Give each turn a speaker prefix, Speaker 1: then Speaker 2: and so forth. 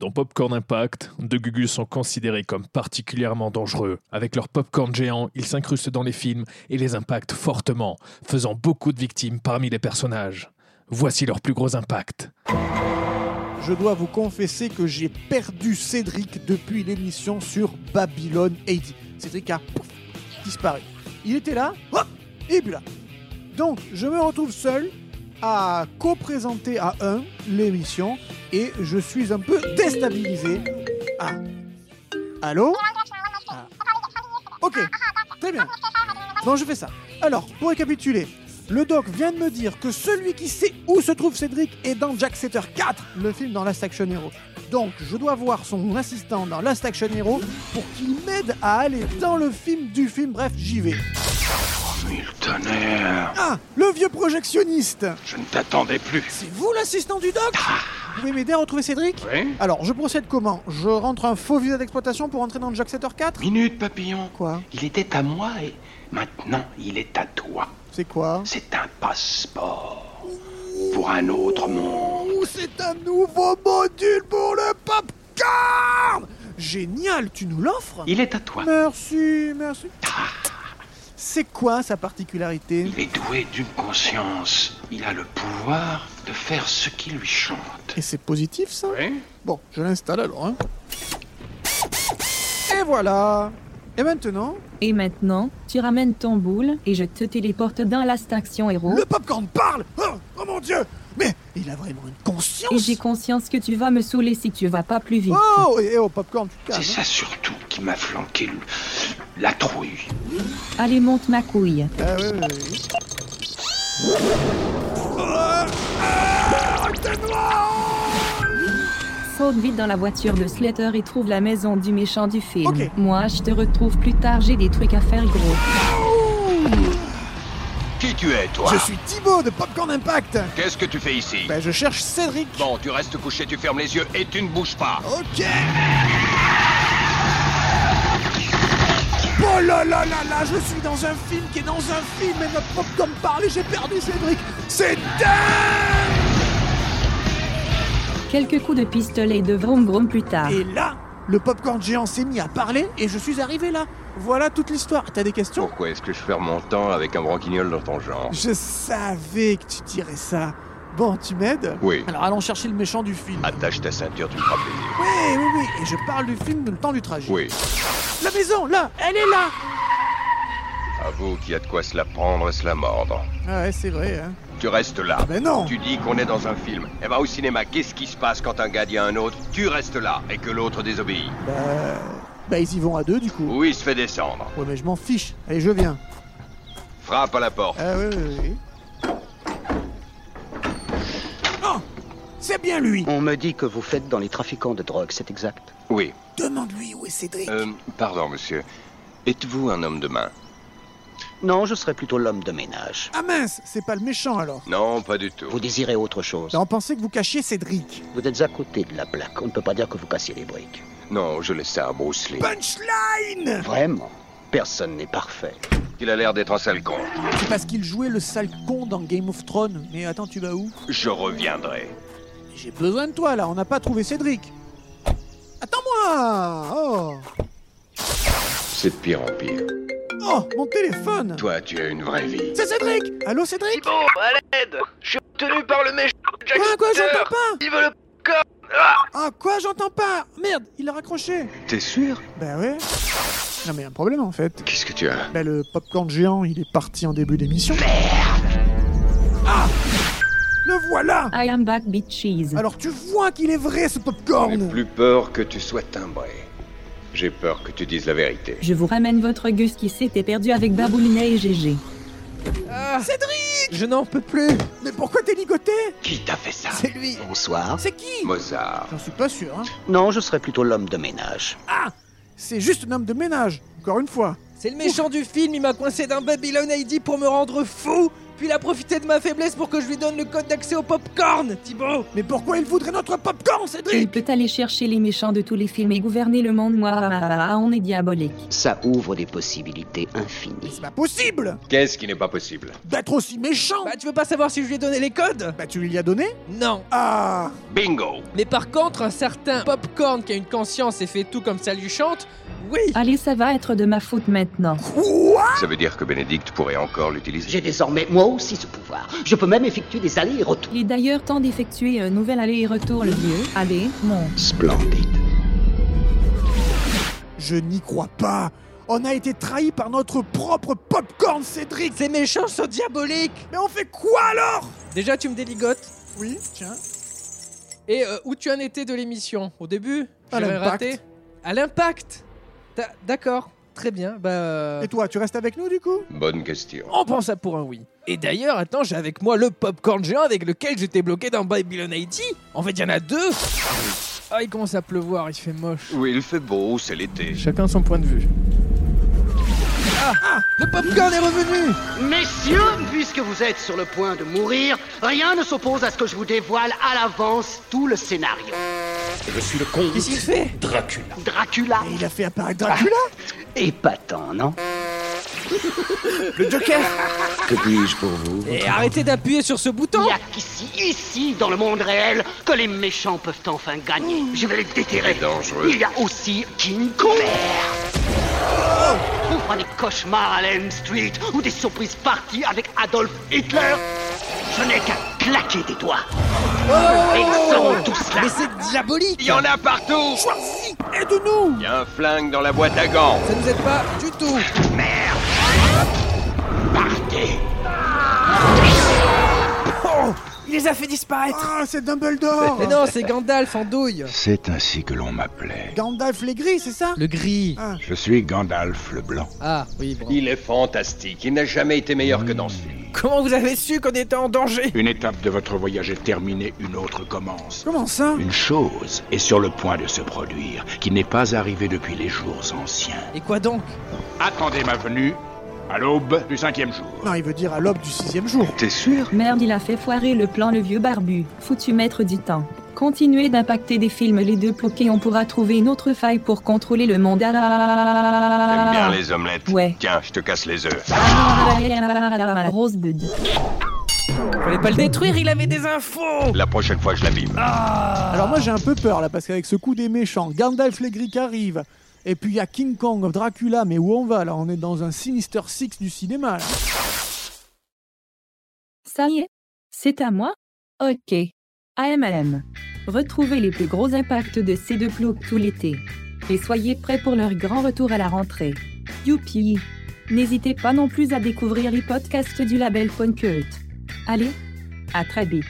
Speaker 1: Dans Popcorn Impact, deux Gugus sont considérés comme particulièrement dangereux. Avec leur popcorn géant, ils s'incrustent dans les films et les impactent fortement, faisant beaucoup de victimes parmi les personnages. Voici leurs plus gros impacts.
Speaker 2: Je dois vous confesser que j'ai perdu Cédric depuis l'émission sur Babylone 80. Cédric a pouf, disparu. Il était là, hop, et puis là. Donc, je me retrouve seul à co-présenter à un l'émission et je suis un peu déstabilisé. Ah. Allô Ah. Ok, très bien. Donc je fais ça. Alors, pour récapituler, le doc vient de me dire que celui qui sait où se trouve Cédric est dans Jack Setter 4, le film dans Last Action Hero. Donc, je dois voir son assistant dans Last Action Hero pour qu'il m'aide à aller dans le film du film. Bref, j'y vais.
Speaker 3: Mille tonnerres
Speaker 2: Ah, le vieux projectionniste
Speaker 3: Je ne t'attendais plus
Speaker 2: C'est vous l'assistant du doc Vous pouvez m'aider à retrouver Cédric
Speaker 3: Oui
Speaker 2: Alors, je procède comment Je rentre un faux visa d'exploitation pour entrer dans le Jack Setter 4
Speaker 3: Minute, papillon
Speaker 2: Quoi
Speaker 3: Il était à moi et maintenant il est à toi.
Speaker 2: C'est quoi
Speaker 3: C'est un passeport pour un autre monde.
Speaker 2: Ouh, Oh, c'est un nouveau module pour le popcorn Génial, tu nous l'offres
Speaker 3: Il est à toi.
Speaker 2: Merci, merci. C'est quoi sa particularité
Speaker 3: Il est doué d'une conscience. Il a le pouvoir de faire ce qui lui chante.
Speaker 2: Et c'est positif ça
Speaker 3: Oui
Speaker 2: Bon, je l'installe alors. hein. Et voilà Et maintenant,
Speaker 4: Et maintenant, tu ramènes ton boule et je te téléporte dans la station héros.
Speaker 2: le popcorn parle oh, oh mon dieu Mais il a vraiment une
Speaker 4: Et
Speaker 2: conscience
Speaker 4: j'ai conscience que tu vas me saouler si tu vas pas plus vite.
Speaker 2: Oh, et, et oh popcorn, tu te
Speaker 3: C'est
Speaker 2: calmes. hein.
Speaker 3: ça surtout qui m'a flanqué le- la trouille.
Speaker 4: Allez, monte ma couille.
Speaker 2: Ah, ouais, ouais, ouais. Ah,
Speaker 4: Saute vite dans la voiture de Slater et trouve la maison du méchant du film.
Speaker 2: Ok.
Speaker 4: Moi, je te retrouve plus tard, j'ai des trucs à faire gros.
Speaker 3: Qui tu es, toi
Speaker 2: Je suis Thibaut de Popcorn Impact
Speaker 3: Qu'est-ce que tu fais ici
Speaker 2: Ben, je cherche Cédric
Speaker 3: Bon, tu restes couché, tu fermes les yeux et tu ne bouges pas.
Speaker 2: Ok Oh là là là là, je suis dans un film qui est dans un film et notre popcorn parle et j'ai perdu Cédric C'est dingue
Speaker 4: Quelques coups de pistolet et de vroom vroom plus tard.
Speaker 2: Et là, le popcorn géant s'est mis à parler et je suis arrivé là. Voilà toute l'histoire. T'as des questions
Speaker 5: Pourquoi est-ce que je perds mon temps avec un branquignol dans ton genre
Speaker 2: Je savais que tu dirais ça. Bon, tu m'aides
Speaker 5: Oui.
Speaker 2: Alors allons chercher le méchant du film.
Speaker 5: Attache ta ceinture, tu me feras plaisir.
Speaker 2: Oui, oui, oui. Et je parle du film Le temps du trajet.
Speaker 5: Oui,
Speaker 2: La maison, là, elle est là
Speaker 5: avoue qu'il y a de quoi se la prendre et se la mordre.
Speaker 2: Ah ouais, c'est vrai, hein.
Speaker 5: Tu restes là.
Speaker 2: ben non
Speaker 5: Tu dis qu'on est dans un film. Eh ben au cinéma, qu'est-ce qui se passe quand un gars dit à un autre Tu restes là et que l'autre désobéit
Speaker 2: Bah... Bah ils y vont à deux du coup.
Speaker 5: Ou il se fait descendre.
Speaker 2: Ouais, mais je m'en fiche. Allez, je viens.
Speaker 5: Frappe à la porte.
Speaker 2: Ah oui, oui, oui. Oh C'est bien lui
Speaker 6: On me dit que vous faites dans les trafiquants de drogue, c'est exact.
Speaker 5: Oui.
Speaker 2: Demande-lui où est Cédric.
Speaker 5: Euh, pardon, monsieur. Êtes-vous un homme de main
Speaker 6: Non, je serais plutôt l'homme de ménage.
Speaker 2: Ah mince, c'est pas le méchant alors. Bah,
Speaker 5: Non, pas du tout.
Speaker 6: Vous désirez autre chose.
Speaker 2: On pensait que vous cachiez Cédric.
Speaker 6: Vous êtes à côté de la plaque. On ne peut pas dire que vous cassiez les briques.
Speaker 5: Non, je laisse ça à Bruce Lee.
Speaker 2: Punchline
Speaker 6: Vraiment, personne n'est parfait.
Speaker 5: Il a l'air d'être un sale con.
Speaker 2: C'est parce qu'il jouait le sale con dans Game of Thrones. Mais attends, tu vas où
Speaker 5: Je reviendrai.
Speaker 2: J'ai besoin de toi là, on n'a pas trouvé Cédric. Attends-moi Oh
Speaker 5: C'est de pire en pire.
Speaker 2: Oh, mon téléphone
Speaker 5: Toi, tu as une vraie vie.
Speaker 2: C'est Cédric Allô Cédric
Speaker 7: Bon, à l'aide Je suis retenu par le méchant Jack
Speaker 2: Ah quoi,
Speaker 7: Hunter.
Speaker 2: j'entends pas
Speaker 7: Il veut le...
Speaker 2: Ah quoi, j'entends pas Merde, il a raccroché
Speaker 5: T'es sûr
Speaker 2: Bah ouais. Non mais un problème en fait.
Speaker 5: Qu'est-ce que tu as
Speaker 2: Bah le popcorn géant, il est parti en début d'émission. Ah Le voilà
Speaker 4: I am back, bitches.
Speaker 2: Alors tu vois qu'il est vrai ce
Speaker 5: J'ai
Speaker 2: popcorn
Speaker 5: plus peur que tu sois timbré. J'ai peur que tu dises la vérité.
Speaker 4: Je vous ramène votre gus qui s'était perdu avec Baboulinet et GG.
Speaker 2: Ah. Cédric
Speaker 1: Je n'en peux plus
Speaker 2: Mais pourquoi t'es ligoté
Speaker 5: Qui t'a fait ça
Speaker 2: C'est lui
Speaker 6: Bonsoir.
Speaker 2: C'est qui
Speaker 5: Mozart.
Speaker 2: J'en suis pas sûr, hein.
Speaker 6: Non, je serais plutôt l'homme de ménage.
Speaker 2: Ah C'est juste un homme de ménage, encore une fois.
Speaker 8: C'est le méchant du film, il m'a coincé d'un Babylon ID pour me rendre fou Puis il a profité de ma faiblesse pour que je lui donne le code d'accès au popcorn, Thibaut
Speaker 2: Mais pourquoi il voudrait notre popcorn,
Speaker 4: Il
Speaker 2: Cédric
Speaker 4: peut aller chercher les méchants de tous les films et gouverner le monde. Moi, ah, ah, ah, on est diabolique.
Speaker 6: Ça ouvre des possibilités
Speaker 2: Mais
Speaker 6: infinies.
Speaker 2: c'est pas possible
Speaker 5: Qu'est-ce qui n'est pas possible
Speaker 2: d'être aussi méchant
Speaker 8: Bah, tu veux pas savoir si je lui ai donné les codes
Speaker 2: Bah tu lui as donné
Speaker 8: Non
Speaker 2: Ah
Speaker 5: Bingo
Speaker 8: Mais par contre, un certain Popcorn qui a une conscience et fait tout comme ça lui chante, oui
Speaker 4: Allez, ça va être de ma faute maintenant.
Speaker 2: Quoi
Speaker 5: Ça veut dire que Bénédicte pourrait encore l'utiliser
Speaker 6: J'ai désormais moi aussi ce pouvoir. Je peux même effectuer des allers et retours.
Speaker 4: Il est d'ailleurs temps d'effectuer un nouvel aller-retour, le vieux. Allez, mon.
Speaker 6: Splendide.
Speaker 2: Je n'y crois pas On a été trahi par notre propre popcorn, Cédric
Speaker 8: Ces méchants sont diaboliques
Speaker 2: Mais on fait quoi alors
Speaker 8: Déjà, tu me déligotes.
Speaker 2: Oui, tiens.
Speaker 8: Et euh, où tu en étais de l'émission Au début
Speaker 2: À
Speaker 8: J'avais
Speaker 2: l'impact.
Speaker 8: raté. À l'impact T'as- D'accord, très bien. Bah. euh,
Speaker 2: Et toi, tu restes avec nous du coup
Speaker 5: Bonne question.
Speaker 8: On prend ça pour un oui. Et d'ailleurs, attends, j'ai avec moi le popcorn géant avec lequel j'étais bloqué dans Babylon 80. En fait, il y en a deux. Ah, il commence à pleuvoir, il fait moche.
Speaker 5: Oui, il fait beau, c'est l'été.
Speaker 1: Chacun son point de vue.
Speaker 8: Le popcorn est revenu
Speaker 6: Messieurs, puisque vous êtes sur le point de mourir, rien ne s'oppose à ce que je vous dévoile à l'avance tout le scénario.
Speaker 9: Je suis le comte
Speaker 8: Qu'est-ce qu'il fait
Speaker 9: Dracula.
Speaker 6: Dracula
Speaker 2: Et il a fait apparaître Dracula
Speaker 6: Épatant, non
Speaker 2: Le Joker
Speaker 6: Que puis-je pour vous
Speaker 8: Et arrêtez d'appuyer sur ce
Speaker 6: Il
Speaker 8: bouton
Speaker 6: n'y a qu'ici, ici, dans le monde réel, que les méchants peuvent enfin gagner. Je vais les déterrer.
Speaker 5: Oh. C'est dangereux.
Speaker 6: Il y a aussi King Kong. On fera des cauchemars à l'Elm Street ou des surprises parties avec Adolf Hitler. Je n'ai qu'à claquer des doigts.
Speaker 5: Oh.
Speaker 6: Et ils seront tous là.
Speaker 8: Mais c'est diabolique
Speaker 5: Il y en a partout
Speaker 2: Schwarzy Aide-nous
Speaker 5: Il y a un flingue dans la boîte à gants
Speaker 8: Ça nous aide pas du tout
Speaker 6: Partez.
Speaker 8: Il les a fait disparaître
Speaker 2: Ah, c'est Dumbledore
Speaker 8: Mais non, c'est Gandalf en douille
Speaker 3: C'est ainsi que l'on m'appelait.
Speaker 2: Gandalf les gris, c'est ça
Speaker 8: Le gris
Speaker 3: Je suis Gandalf le Blanc.
Speaker 8: Ah, oui, bon.
Speaker 5: Il est fantastique, il n'a jamais été meilleur que dans ce film.
Speaker 8: Comment vous avez su qu'on était en danger
Speaker 9: Une étape de votre voyage est terminée, une autre commence.
Speaker 2: Comment ça
Speaker 9: Une chose est sur le point de se produire, qui n'est pas arrivée depuis les jours anciens.
Speaker 8: Et quoi donc
Speaker 9: Attendez ma venue à l'aube du cinquième jour.
Speaker 2: Non, il veut dire à l'aube du sixième jour.
Speaker 5: T'es sûr
Speaker 4: Merde, il a fait foirer le plan, le vieux barbu. Foutu maître du temps. Continuez d'impacter des films les deux poquets, on pourra trouver une autre faille pour contrôler le monde. Ah, ah, ah, ah,
Speaker 5: J'aime bien
Speaker 4: ah.
Speaker 5: les omelettes.
Speaker 4: Ouais.
Speaker 5: Tiens, je te casse les œufs.
Speaker 4: Rosebud.
Speaker 8: Fallait pas le détruire, il avait des infos
Speaker 5: La prochaine fois, je l'abîme.
Speaker 2: Alors moi j'ai un peu peur là, parce qu'avec ce coup des méchants, Gandalf les gris qui arrive, et puis il y a King Kong, Dracula, mais où on va là On est dans un Sinister Six du cinéma là.
Speaker 4: Ça y est C'est à moi Ok. AMM. Retrouvez les plus gros impacts de ces deux ploucs tout l'été. Et soyez prêts pour leur grand retour à la rentrée. Youpi N'hésitez pas non plus à découvrir les podcasts du label Punkelt. Allez, à très vite